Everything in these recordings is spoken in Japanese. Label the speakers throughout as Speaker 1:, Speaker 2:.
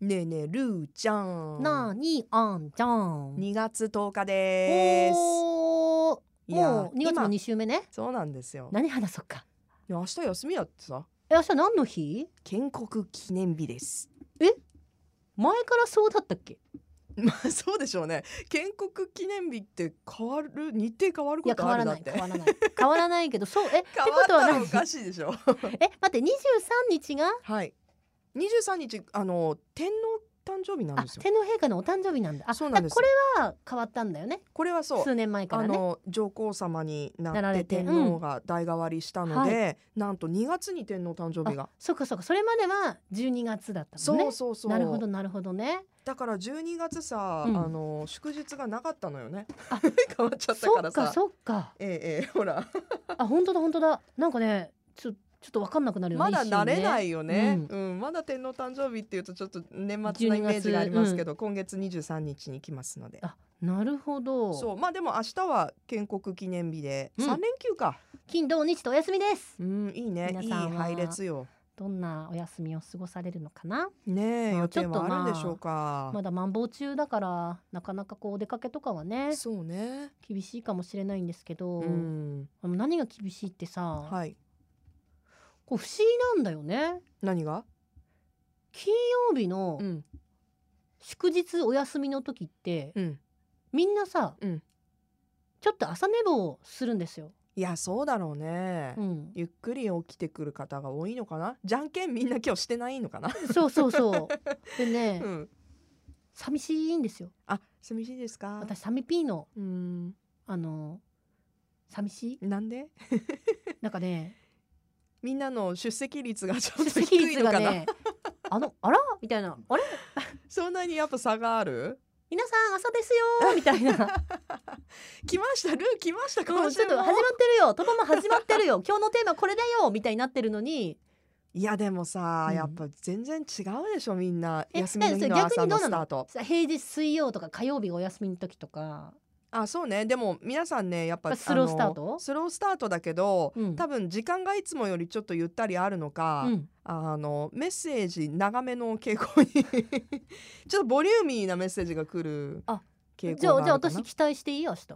Speaker 1: ねえねえルーちゃん
Speaker 2: なにあんちゃん。
Speaker 1: 2月10日です
Speaker 2: おー
Speaker 1: いや
Speaker 2: もう2月
Speaker 1: 今
Speaker 2: の2週目ね。
Speaker 1: そうなんですよ
Speaker 2: 何話そっか。
Speaker 1: いや明日休みやってさ
Speaker 2: え明日何の日？
Speaker 1: 建国記念日です
Speaker 2: 前からそうだったっけ？
Speaker 1: まあそうでしょうね建国記念日って変わる日程変わる
Speaker 2: い
Speaker 1: こ
Speaker 2: や
Speaker 1: と
Speaker 2: 変
Speaker 1: あ
Speaker 2: わ
Speaker 1: る
Speaker 2: ら
Speaker 1: だ
Speaker 2: な
Speaker 1: っ
Speaker 2: い
Speaker 1: て
Speaker 2: 変わらない変わらないけどそうえって
Speaker 1: 変
Speaker 2: こと
Speaker 1: わ
Speaker 2: は
Speaker 1: ったらお
Speaker 2: 何？
Speaker 1: かしいでしょ
Speaker 2: え待って23日が
Speaker 1: はい23日あの天皇誕生日なん
Speaker 2: あ
Speaker 1: ですよ
Speaker 2: 天皇陛下のお誕生日なんだ。あ
Speaker 1: そうなんです
Speaker 2: だからこれは変わったんだよね。
Speaker 1: これはそう
Speaker 2: 数年前か
Speaker 1: あ
Speaker 2: らね。
Speaker 1: の上皇様に
Speaker 2: な
Speaker 1: な
Speaker 2: ら
Speaker 1: っ
Speaker 2: れ
Speaker 1: て
Speaker 2: て
Speaker 1: 天皇が代替わりしたので、なんと2月に天皇誕生日が、
Speaker 2: そっかそっかそれまでは12月だったもんね
Speaker 1: そう。そうそう
Speaker 2: なるほどなるほどね。
Speaker 1: だから12月さ、
Speaker 2: うん
Speaker 1: あの祝日がなかったのよね
Speaker 2: あ
Speaker 1: 変わっちゃった
Speaker 2: そ
Speaker 1: か
Speaker 2: っ
Speaker 1: ら
Speaker 2: か
Speaker 1: さ
Speaker 2: そっか。
Speaker 1: ええええほ ら
Speaker 2: あ本当だ本当だ。なんかねちょちょっとわかんなくなるよね。。
Speaker 1: まだ慣れないいよね
Speaker 2: 一、
Speaker 1: うんまだ天皇誕生日っていうとちょっと年末なイメージがありますけど、今月23日に来ますので
Speaker 2: あなるほど。
Speaker 1: そうまあでも明日は建国記念日で
Speaker 2: うん
Speaker 1: 3連休か
Speaker 2: 金土日とお休みです
Speaker 1: うん、いいねい
Speaker 2: 皆
Speaker 1: い
Speaker 2: さんは
Speaker 1: 配列よ
Speaker 2: どんなお休みを過ごされるのかな
Speaker 1: ねえ
Speaker 2: まあ
Speaker 1: 予定
Speaker 2: ちょっと
Speaker 1: は
Speaker 2: まあ
Speaker 1: あるんでしょうか、
Speaker 2: まだ満房中だからなかなかこうお出かけとかはね
Speaker 1: そうね
Speaker 2: 厳しいかもしれないんですけど、
Speaker 1: うん
Speaker 2: あの何が厳しいってさ、
Speaker 1: はい
Speaker 2: こう不思議なんだよね
Speaker 1: 何が
Speaker 2: 金曜日の
Speaker 1: うん
Speaker 2: 祝日お休みの時って、
Speaker 1: うん
Speaker 2: みんなさ、
Speaker 1: うん
Speaker 2: ちょっと朝寝坊するんですよ、
Speaker 1: いやそうだろうね、
Speaker 2: うん、
Speaker 1: ゆっくり起きてくる方が多いのかなじゃんけんみんな今日してないのかな、
Speaker 2: そうそ うそうでね、
Speaker 1: うん、
Speaker 2: 寂しいんですよ
Speaker 1: あ寂しいですか
Speaker 2: 私サミピーの
Speaker 1: うん
Speaker 2: あの寂しい
Speaker 1: なんで
Speaker 2: なんかね
Speaker 1: みんなの出席率がちょっ
Speaker 2: 出
Speaker 1: と
Speaker 2: 席
Speaker 1: 低い
Speaker 2: 率
Speaker 1: の
Speaker 2: が
Speaker 1: かな、
Speaker 2: ねあのあらみたいなあれ
Speaker 1: そんなにやっぱ差がある
Speaker 2: 皆さん朝ですよみた いなも
Speaker 1: 来ましたルー来ました今
Speaker 2: うちょ
Speaker 1: 週
Speaker 2: っと始ま
Speaker 1: も
Speaker 2: ってるよトパも始まってるよ今 日のテーマこれだよみたいになってるのに
Speaker 1: いやでもさ、
Speaker 2: うん
Speaker 1: やっぱ全然違うでしょみんな
Speaker 2: え
Speaker 1: 休みの日
Speaker 2: えそ
Speaker 1: の
Speaker 2: れ
Speaker 1: 朝
Speaker 2: 逆に
Speaker 1: の
Speaker 2: どうな
Speaker 1: ス
Speaker 2: の
Speaker 1: タート
Speaker 2: さ平日水曜とか火曜日がお休みの時とか
Speaker 1: あそうねでも皆さんねやっぱ
Speaker 2: スロースタート
Speaker 1: あのスロースタートだけど、
Speaker 2: うん
Speaker 1: 多分時間がいつもよりちょっとゆったりあるのか、
Speaker 2: うん
Speaker 1: あのメッセージ長めの傾向に ちょっとボリューミーなメッセージが来る
Speaker 2: あ
Speaker 1: 傾
Speaker 2: じゃ
Speaker 1: 向
Speaker 2: あ
Speaker 1: が
Speaker 2: じゃあ
Speaker 1: あるかな
Speaker 2: 私期待していいよ明日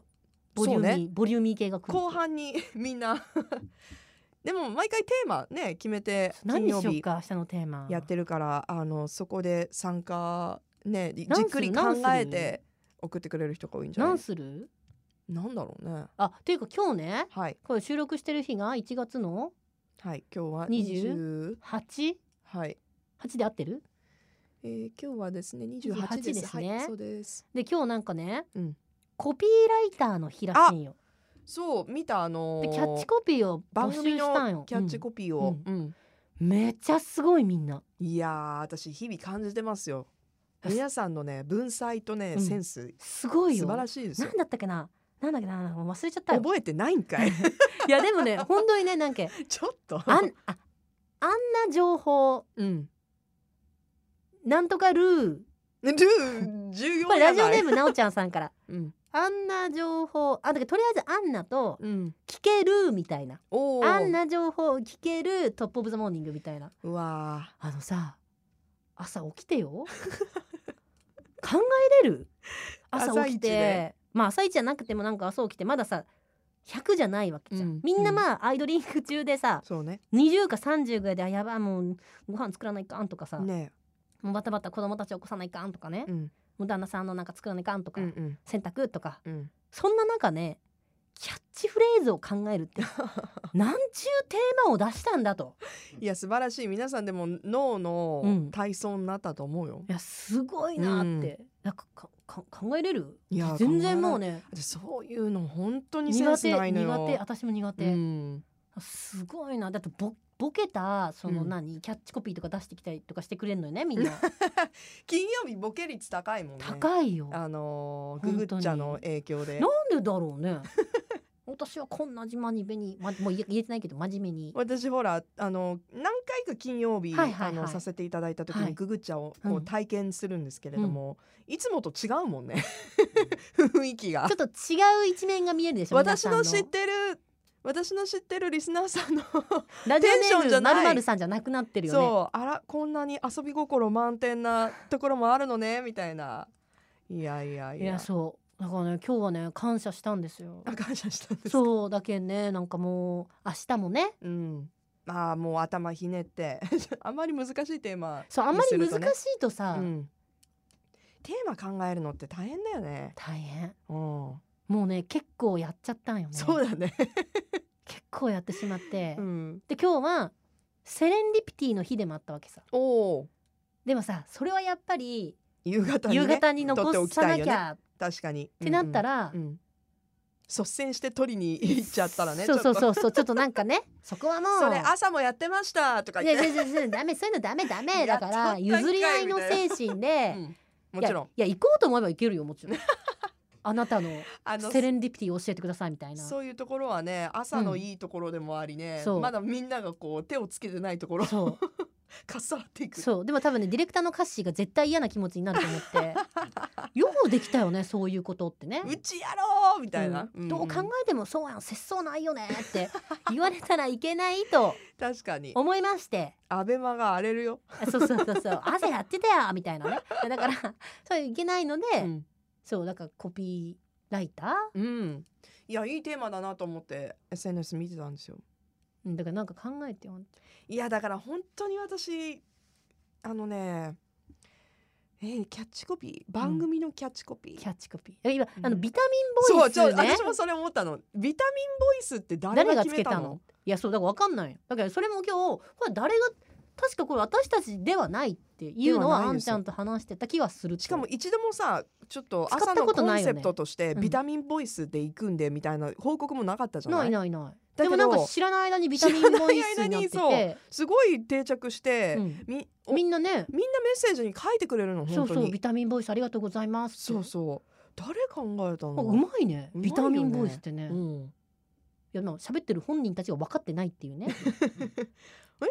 Speaker 2: ボリューミ
Speaker 1: そう
Speaker 2: ー、ボリューミー系が来る
Speaker 1: 後半にみんな でも毎回テーマね決めて金
Speaker 2: 何に
Speaker 1: 曜
Speaker 2: しよう
Speaker 1: 日
Speaker 2: か明日のテーマ
Speaker 1: やってるからあのそこで参加ねじ
Speaker 2: 何す
Speaker 1: っ
Speaker 2: る
Speaker 1: くり考
Speaker 2: 何する
Speaker 1: えて送ってくれる人が多いんじゃない
Speaker 2: 何する
Speaker 1: なんだろうね
Speaker 2: あっていうか今日ね
Speaker 1: はい
Speaker 2: これ収録してる日が1月の
Speaker 1: はい今日は20
Speaker 2: 20 88
Speaker 1: はい、
Speaker 2: で合ってる
Speaker 1: えー、今日はですね28です
Speaker 2: ですね
Speaker 1: はいそうです
Speaker 2: で今日なんかね、
Speaker 1: うん
Speaker 2: コピーライターの日らしいんよ
Speaker 1: そう見たあの
Speaker 2: で
Speaker 1: ー
Speaker 2: キャッチコピーを募
Speaker 1: 番
Speaker 2: 集
Speaker 1: 組
Speaker 2: したん
Speaker 1: の
Speaker 2: よ
Speaker 1: キャッチコピーを、うん
Speaker 2: うんめっちゃすごいみんない
Speaker 1: やー私日々感じてますよ
Speaker 2: あ
Speaker 1: 皆さんのね文才とね、
Speaker 2: うん
Speaker 1: センス
Speaker 2: すごい
Speaker 1: 素
Speaker 2: よ
Speaker 1: 晴らしいですよ
Speaker 2: なんだったっけななんだっけなもう忘れちゃったよ
Speaker 1: 覚えてないん かい
Speaker 2: いやでも ね本当にねなんか
Speaker 1: ちょっと
Speaker 2: あんああんな情報
Speaker 1: うん
Speaker 2: なんとかルー
Speaker 1: ルー重要
Speaker 2: これラジオネー
Speaker 1: ム
Speaker 2: ムなおちゃんさん から
Speaker 1: うん
Speaker 2: あんな情報あだからとりあえずあんなと
Speaker 1: うん
Speaker 2: 聞けるみたいな
Speaker 1: おお
Speaker 2: あんな情報聞けるトップオブザモーニングみたいな
Speaker 1: うわ
Speaker 2: あのさ朝 起きてよ考えれる朝
Speaker 1: 朝
Speaker 2: 起き
Speaker 1: 一
Speaker 2: て
Speaker 1: で
Speaker 2: まあ朝一じゃなくてもなんか朝起きてまださ100じゃないわけじゃん、
Speaker 1: うん
Speaker 2: みんなまあアイドリング中でさ
Speaker 1: ーそうね
Speaker 2: 20か30ぐらいであやばいもうご飯作らないかんとかさ、
Speaker 1: ね
Speaker 2: もうバタバタ子供たち起こさないかんとかね、
Speaker 1: うん
Speaker 2: もう旦那さんのなんか作らないかんと
Speaker 1: う
Speaker 2: か、
Speaker 1: んうん
Speaker 2: 洗濯とか
Speaker 1: うん
Speaker 2: そんな中ねキャッチフレーズを考えるって なんちゅうテーマを出したんだと
Speaker 1: いや素晴らしい皆さんでも脳
Speaker 2: う
Speaker 1: の
Speaker 2: ん
Speaker 1: 体操になったと思うよ、
Speaker 2: いやすごいなって、なんかかか考えれる
Speaker 1: いや
Speaker 2: 全然もうね
Speaker 1: 私そういうの本当にセン
Speaker 2: 苦
Speaker 1: ス
Speaker 2: 手
Speaker 1: ないのよ
Speaker 2: 苦手私も苦手、
Speaker 1: うん
Speaker 2: すごいなだってボボケたその
Speaker 1: うん
Speaker 2: 何、キャッチコピーとか出してきたりとかしてくれんのよねみんな
Speaker 1: 金曜日ボケ率高いもんね
Speaker 2: 高いよなん
Speaker 1: あのー、
Speaker 2: 本当に
Speaker 1: ググッチャの影響で
Speaker 2: でだろ うね私はこんな真面目に、ま、もう言え言えてないけど真面目に
Speaker 1: 私ほらあの何回か金曜日、
Speaker 2: はいはいはい
Speaker 1: あのさせていただいた時
Speaker 2: は
Speaker 1: に
Speaker 2: い
Speaker 1: ググッチャを
Speaker 2: うん
Speaker 1: こう体験するんですけれども、いつもと違うも んね雰囲気が
Speaker 2: ちょっと違う一面が見えるでしょ
Speaker 1: 私の
Speaker 2: 皆さ
Speaker 1: 知
Speaker 2: ん
Speaker 1: ってる私の知ってるリスナーさんの
Speaker 2: ラジオ
Speaker 1: テンション
Speaker 2: ネ
Speaker 1: じゃ
Speaker 2: ーム
Speaker 1: ない
Speaker 2: まるさんじゃなくなってるよね
Speaker 1: そうあらこんなに遊び心満点なところもあるのねみたいないやいやい
Speaker 2: いや
Speaker 1: や
Speaker 2: そうだからね今日はね感謝したんですよ
Speaker 1: あ感謝したんですう、
Speaker 2: そうだけんねなんかもう明日もね
Speaker 1: うん、まあもう頭ひねって あんまり難しいテーマ、
Speaker 2: そうあんまり
Speaker 1: に
Speaker 2: 難
Speaker 1: するとね
Speaker 2: しいとさ
Speaker 1: うん、テーマ考えるのって大変だよね、
Speaker 2: 大変
Speaker 1: うん、
Speaker 2: もうね結構やっちゃったんよね
Speaker 1: そうだね、
Speaker 2: 結構やってしまって、
Speaker 1: うん、
Speaker 2: で今日はセレンディピティの日でもあったわけさ
Speaker 1: おお
Speaker 2: でもさそれはやっぱり
Speaker 1: 夕方に、ね、
Speaker 2: 夕方に残
Speaker 1: 取っておき
Speaker 2: さ
Speaker 1: た
Speaker 2: ない
Speaker 1: よ
Speaker 2: き
Speaker 1: ね
Speaker 2: ゃっ
Speaker 1: 確かにって
Speaker 2: なった、ら、
Speaker 1: うんうんうん率先して取りに行っちゃったらね
Speaker 2: そうそう
Speaker 1: う
Speaker 2: そうそうちょっとなんかねそこはもう
Speaker 1: それ朝もやってましたとか
Speaker 2: い
Speaker 1: 言
Speaker 2: や
Speaker 1: って、
Speaker 2: いやいやダメそういうのダメダメ
Speaker 1: や
Speaker 2: だ
Speaker 1: っと
Speaker 2: か
Speaker 1: ったんからい
Speaker 2: 譲り合いの精神で、
Speaker 1: うんもちろん
Speaker 2: いやいや行こうと思えば行けるよもち ろんあなたの
Speaker 1: あの
Speaker 2: セレンディピティを教えてくださいみたいな
Speaker 1: そういうところはね朝
Speaker 2: う
Speaker 1: の
Speaker 2: ん
Speaker 1: いいところでもありね、
Speaker 2: そう
Speaker 1: まだみんながこう手をつけてないところ を
Speaker 2: そう
Speaker 1: かっさらっていく
Speaker 2: そうでも多分ねディレクターのカッシーが絶対嫌な気持ちになると思って ようできたよねそういうことってね
Speaker 1: うちやろうみたいな、
Speaker 2: うんどう考
Speaker 1: ん
Speaker 2: えてもそうやん節操ないよねって言われたらいけないと
Speaker 1: 確かに
Speaker 2: 思いまして
Speaker 1: アベマが荒れるよ、
Speaker 2: あそうそうそ うそう汗やってたよみたいなねだからそういけないので、
Speaker 1: うん
Speaker 2: そうだからコピーライター
Speaker 1: うんいやいいテーマだなと思って SNS 見てたんですよ
Speaker 2: うんだからなんか考えてよ
Speaker 1: いやだから本当に私あのねえーキャッチコピー番組のキャッチコピー、
Speaker 2: キャッチコピー今あの
Speaker 1: うん
Speaker 2: ビタミンボ
Speaker 1: そう
Speaker 2: イス
Speaker 1: ちょ
Speaker 2: ね
Speaker 1: 私もそれ思ったのビタミンボイスって誰
Speaker 2: 誰
Speaker 1: が
Speaker 2: が
Speaker 1: 決め
Speaker 2: つけ
Speaker 1: た
Speaker 2: た
Speaker 1: の
Speaker 2: のいやそうだからわかんないよだからそれも今日これ誰が確かこれ私たちではないっていうのは
Speaker 1: では
Speaker 2: あ
Speaker 1: ない
Speaker 2: ん
Speaker 1: です
Speaker 2: ちゃんと話してた気はすると
Speaker 1: しかも一度もさちょっと
Speaker 2: 使った
Speaker 1: 朝の
Speaker 2: こと
Speaker 1: コ
Speaker 2: な
Speaker 1: ン
Speaker 2: いよね
Speaker 1: セプトとして
Speaker 2: うん
Speaker 1: ビタミンボイスで行くんでみたいな報告もなかったじゃな
Speaker 2: ない
Speaker 1: い
Speaker 2: ないない
Speaker 1: だけ
Speaker 2: で
Speaker 1: ど
Speaker 2: もなんか知らない間にビタミンボイスになって
Speaker 1: 知らない間
Speaker 2: て、
Speaker 1: すごい定着して、
Speaker 2: うん
Speaker 1: みおみ
Speaker 2: みんなね
Speaker 1: んなメッセージに書いてくれるの
Speaker 2: そ
Speaker 1: 本
Speaker 2: う
Speaker 1: 当
Speaker 2: そう
Speaker 1: に
Speaker 2: ビタミンボイスありがとうございますって
Speaker 1: そうそう誰考えた
Speaker 2: あ
Speaker 1: の
Speaker 2: うまいね
Speaker 1: うまいよね
Speaker 2: ビタミンボイスってね
Speaker 1: うん
Speaker 2: いやまあ喋ってる本人たちが分かってないっていうね
Speaker 1: え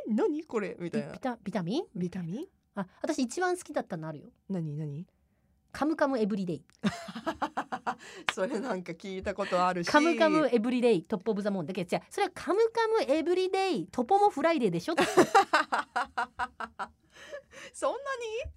Speaker 1: 何これみた
Speaker 2: ビ
Speaker 1: いな
Speaker 2: ビタビタミン
Speaker 1: ビタミン
Speaker 2: あ私一番好きだったのあるよ
Speaker 1: 何何
Speaker 2: カムカムエブリデイ
Speaker 1: それなんか聞いたことあるし
Speaker 2: カムカムエブリデイトップオブザモンだけど違うそれはカムカムエブリデイトポモフライデーでしょ
Speaker 1: そんなに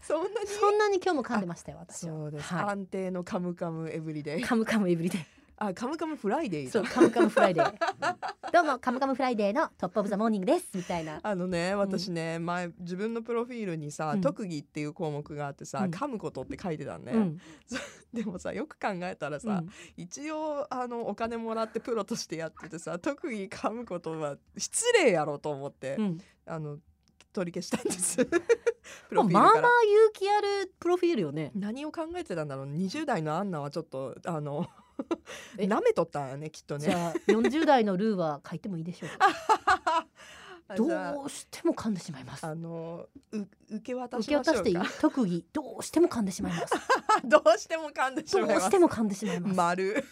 Speaker 1: そんなに
Speaker 2: そんなに今日も噛んでましたよ私は
Speaker 1: そうです、
Speaker 2: は
Speaker 1: 安定のカムカムエブリデ
Speaker 2: い、
Speaker 1: イ
Speaker 2: カムカムエブリデ
Speaker 1: あカムカムフライデ
Speaker 2: イ
Speaker 1: イ
Speaker 2: そ
Speaker 1: だ
Speaker 2: うカムカムフライデー どうもカムカムフライデーのトップオブザモーニン グですみたいな
Speaker 1: あのね私ね、前自分のプロフィールにさ、
Speaker 2: うん
Speaker 1: 特技っていう項目があってさ、
Speaker 2: うん
Speaker 1: 噛むことって書いてたんね、
Speaker 2: うん
Speaker 1: でもさよく考えたら
Speaker 2: う
Speaker 1: さ、
Speaker 2: ん
Speaker 1: 一応あのお金もらってプロとしてやっててさ特技噛むことは失礼やろと思って、
Speaker 2: うん
Speaker 1: あの取り消したんです プ
Speaker 2: まあ
Speaker 1: ロフィールか
Speaker 2: まあ
Speaker 1: ら、
Speaker 2: 勇気あるプロフィールよね
Speaker 1: 何を考えてたんだろう20代のアンナはちょっとあの
Speaker 2: え
Speaker 1: 舐めとったんやねきっと
Speaker 2: じ
Speaker 1: ね。
Speaker 2: ゃあ40代のルーは書いてもいいでしょうかど
Speaker 1: じゃあ
Speaker 2: うしても噛んでしまいます
Speaker 1: あのう受け渡
Speaker 2: 受
Speaker 1: し
Speaker 2: け
Speaker 1: ましょ
Speaker 2: 渡
Speaker 1: うか
Speaker 2: していい特技どうしても噛んでしまい ます
Speaker 1: どうしても噛んでし
Speaker 2: ど
Speaker 1: まいうま
Speaker 2: し
Speaker 1: す
Speaker 2: ても噛んでしまいます、
Speaker 1: 丸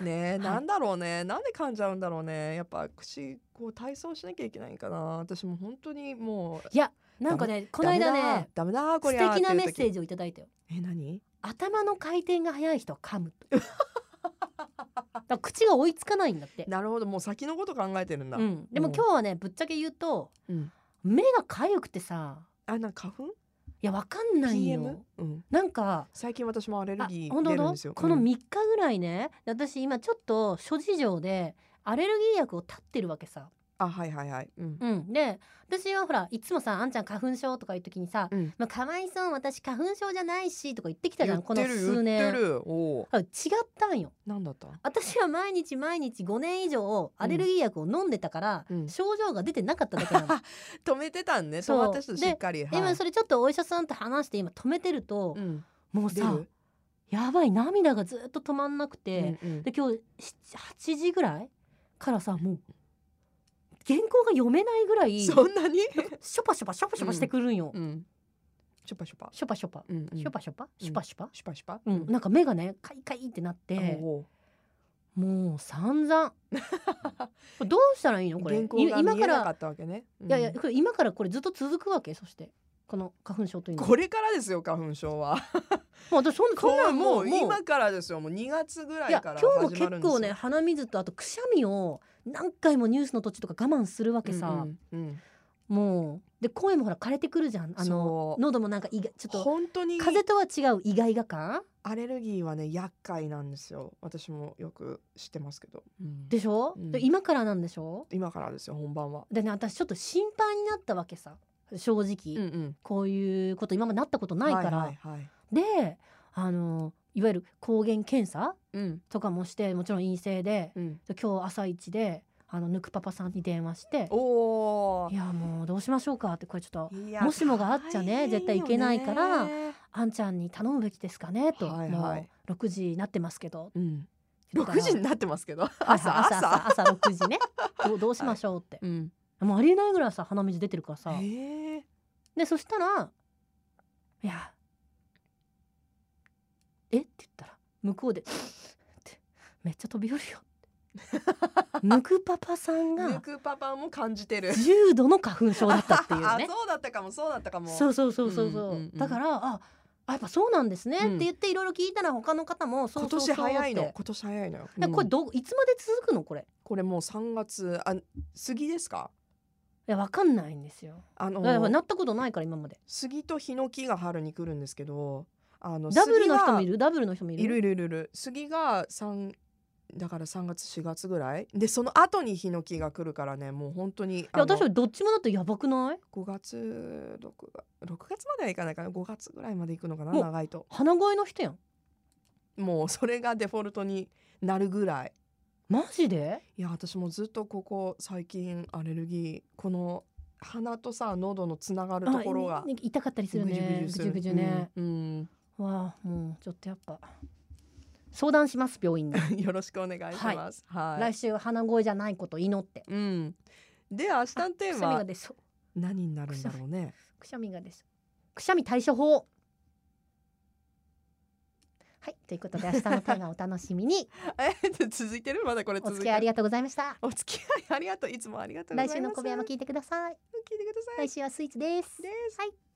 Speaker 1: ねえ、
Speaker 2: い
Speaker 1: なんだろうねなんで噛んじゃうんだろうねやっぱ口こう体操しなきゃいけないんかな私も本当にもう
Speaker 2: いやなんかねこの間ね
Speaker 1: ダメだダメだこ
Speaker 2: 素
Speaker 1: りゃ
Speaker 2: 敵なメッセー
Speaker 1: ジ
Speaker 2: ジをいただいたよ
Speaker 1: え何
Speaker 2: 頭の回転が速い人は噛むとだから口が追いつかないんだって、
Speaker 1: なるほどもう先のこと考えてるんだ、
Speaker 2: うん、でも
Speaker 1: うん
Speaker 2: 今日はねぶっちゃけ言うと
Speaker 1: うん
Speaker 2: 目が痒くてさ
Speaker 1: あなんか花
Speaker 2: いやわかん
Speaker 1: 粉
Speaker 2: ないよ、
Speaker 1: PM、うん、
Speaker 2: なんか
Speaker 1: 最近私もアレル
Speaker 2: あ
Speaker 1: ギ
Speaker 2: ほ
Speaker 1: ー
Speaker 2: んと
Speaker 1: 出る
Speaker 2: ほ
Speaker 1: ん
Speaker 2: ん
Speaker 1: ですよ
Speaker 2: とこの
Speaker 1: うん
Speaker 2: 3日ぐらいね私今ちょっと諸事情でアレルギー薬を断ってるわけさ、
Speaker 1: あはいはいはいうん
Speaker 2: うん、で私はほらいつもさあんちゃん花粉症とかいう時にさ、
Speaker 1: うん
Speaker 2: まあ、かわいそう私花粉症じゃないしとか言ってきたじ
Speaker 1: 言
Speaker 2: ゃん
Speaker 1: って
Speaker 2: この
Speaker 1: る言
Speaker 2: 数
Speaker 1: って
Speaker 2: 年
Speaker 1: るおお
Speaker 2: あ違ったんよ
Speaker 1: なんだった
Speaker 2: 私は毎日毎日5年以上アレルギー薬を飲んでたから、
Speaker 1: うん
Speaker 2: 症状が出てなかっただけなの、
Speaker 1: 止めてたんね止
Speaker 2: そう
Speaker 1: まってたしっかりはい
Speaker 2: 今それちょっとお医者さんと話して今止めてると、
Speaker 1: うん
Speaker 2: もう
Speaker 1: 出
Speaker 2: さ
Speaker 1: る
Speaker 2: やばい涙がずっと止まんなくて、
Speaker 1: うんうん
Speaker 2: で今日7 8時ぐらいからさもう原稿が読めないぐらいシ
Speaker 1: そんなに
Speaker 2: ョパショパショパショパしてくるんよ、
Speaker 1: うん。シュパシュパ。
Speaker 2: ショパショパ、
Speaker 1: うんうん
Speaker 2: ショパショパ、シュパシュパ、
Speaker 1: シュパシュパ。
Speaker 2: うん、なんか目がねカイカイってなって
Speaker 1: おう
Speaker 2: もう散 々これどうしたらいいのこれ
Speaker 1: 原稿が
Speaker 2: い今
Speaker 1: 見えな
Speaker 2: から
Speaker 1: かったわけね。
Speaker 2: いやいや
Speaker 1: うん
Speaker 2: これ今からこれずっと続くわけそしてこの花粉症というのは
Speaker 1: これからですよ花粉症 は
Speaker 2: もう私そんなそんなんも
Speaker 1: も
Speaker 2: う
Speaker 1: う
Speaker 2: もう
Speaker 1: 今からですよもう2月ぐら
Speaker 2: い
Speaker 1: い
Speaker 2: や
Speaker 1: から
Speaker 2: 今
Speaker 1: 始まる
Speaker 2: 日も
Speaker 1: んですよ
Speaker 2: 結構ね鼻水とあとくしゃみを何回もニュースの途中とか我慢するわけ
Speaker 1: う
Speaker 2: さ、
Speaker 1: んうんうん
Speaker 2: もうで声もほら枯れてくるじゃんあの
Speaker 1: そう
Speaker 2: 喉もなんか意外ちょっと
Speaker 1: 本当に
Speaker 2: 風邪とは違う意外が感
Speaker 1: アレルギーはね厄介なんですよ私もよく知ってますけど、うん
Speaker 2: でしょ、
Speaker 1: うん
Speaker 2: で今からなんでしょ
Speaker 1: 今からですよ本番は
Speaker 2: でね私ちょっと心配になったわけさ正直、
Speaker 1: ん
Speaker 2: こういうこと今までなったことないから、
Speaker 1: はいはいはい
Speaker 2: であのいわゆる抗原検査
Speaker 1: うん
Speaker 2: とかもしてもちろん陰性で
Speaker 1: うん
Speaker 2: で今日朝一であのぬくパパさんに電話して
Speaker 1: おお
Speaker 2: 「いやもうどうしましょうか」ってこれちょっと
Speaker 1: い
Speaker 2: もしもがあっちゃ
Speaker 1: 大
Speaker 2: ね
Speaker 1: 変よ
Speaker 2: 絶対いけないから
Speaker 1: ね
Speaker 2: 「あんちゃんに頼むべきですかね」と「
Speaker 1: はい
Speaker 2: も
Speaker 1: はいう
Speaker 2: 6時になってますけど
Speaker 1: うん」
Speaker 2: だから
Speaker 1: 6時になってますけど
Speaker 2: はいはい
Speaker 1: 朝
Speaker 2: 朝
Speaker 1: 朝
Speaker 2: 朝朝6時ねどうどうしましょうって、
Speaker 1: うん
Speaker 2: もうありえないぐらいさ鼻水出てるからさ
Speaker 1: へえ
Speaker 2: でそしたら「いやえっ?」て言ったら向こうでって「めっちゃ飛び降りよ」 ってぬくパパさん
Speaker 1: ぬ
Speaker 2: が
Speaker 1: くパパも感じてる
Speaker 2: 重度の花粉症だったってい う
Speaker 1: あ
Speaker 2: ね
Speaker 1: そうだったかもそうだったかも
Speaker 2: そうそうそうそうそう,、
Speaker 1: うんうんうん
Speaker 2: だからああやっぱそうなんですねっ
Speaker 1: うん
Speaker 2: て言っていろいろ聞いたら他の方もそう
Speaker 1: 今
Speaker 2: そうそ
Speaker 1: 年
Speaker 2: うって
Speaker 1: 早いの今年早いのよ、
Speaker 2: いやこ
Speaker 1: う
Speaker 2: れ
Speaker 1: ん
Speaker 2: どいつまで続くのこれい
Speaker 1: これもう3月あ杉ですか
Speaker 2: やわかんないんですよ
Speaker 1: あの
Speaker 2: だからなったことないから今まで
Speaker 1: 杉とヒノキが春に来るんですけどあの
Speaker 2: ダブル
Speaker 1: 杉
Speaker 2: の
Speaker 1: は
Speaker 2: 人もいるダブルの人もいる
Speaker 1: いるいるいるいる杉が三だから3月4月ぐらいでその後にヒノキが来るからねもう本当に
Speaker 2: いや私は
Speaker 1: 5
Speaker 2: どっちもだってやばくない
Speaker 1: 月6月6月まではいかないかな5月ぐらいまで行くのかな
Speaker 2: もう
Speaker 1: 長いと
Speaker 2: 鼻声の人やん
Speaker 1: もうそれがデフォルトになるぐらい
Speaker 2: マジで
Speaker 1: いや私もずっとここ最近アレルギーこの鼻とさ喉のつながるところ
Speaker 2: あ
Speaker 1: が
Speaker 2: ねね痛かったりす
Speaker 1: ぐ
Speaker 2: る
Speaker 1: じゅ
Speaker 2: ね
Speaker 1: ぐじゅす
Speaker 2: ぐ
Speaker 1: る
Speaker 2: じゅぐじゅね、
Speaker 1: うんうん
Speaker 2: わあもうちょっとやっぱ相談します病院 に、
Speaker 1: よろしくお願いしますはい、
Speaker 2: 来週鼻声じゃないことを祈って
Speaker 1: うんで明日のテー
Speaker 2: くしゃみ
Speaker 1: マ
Speaker 2: が出そう
Speaker 1: 何になるんだろうね
Speaker 2: くしゃみがです。くしゃみ対処法。はい、ということで明日のテーマをお楽しみに
Speaker 1: え続いてるまだこれ
Speaker 2: お
Speaker 1: 続い
Speaker 2: 付
Speaker 1: て
Speaker 2: き
Speaker 1: る
Speaker 2: 合いありがとうございました。
Speaker 1: お付き合いありがとういつもありがとうござ
Speaker 2: 来
Speaker 1: います
Speaker 2: 週の小部屋も聞いてください。
Speaker 1: 聞いてください
Speaker 2: 来週はスイーツです。
Speaker 1: です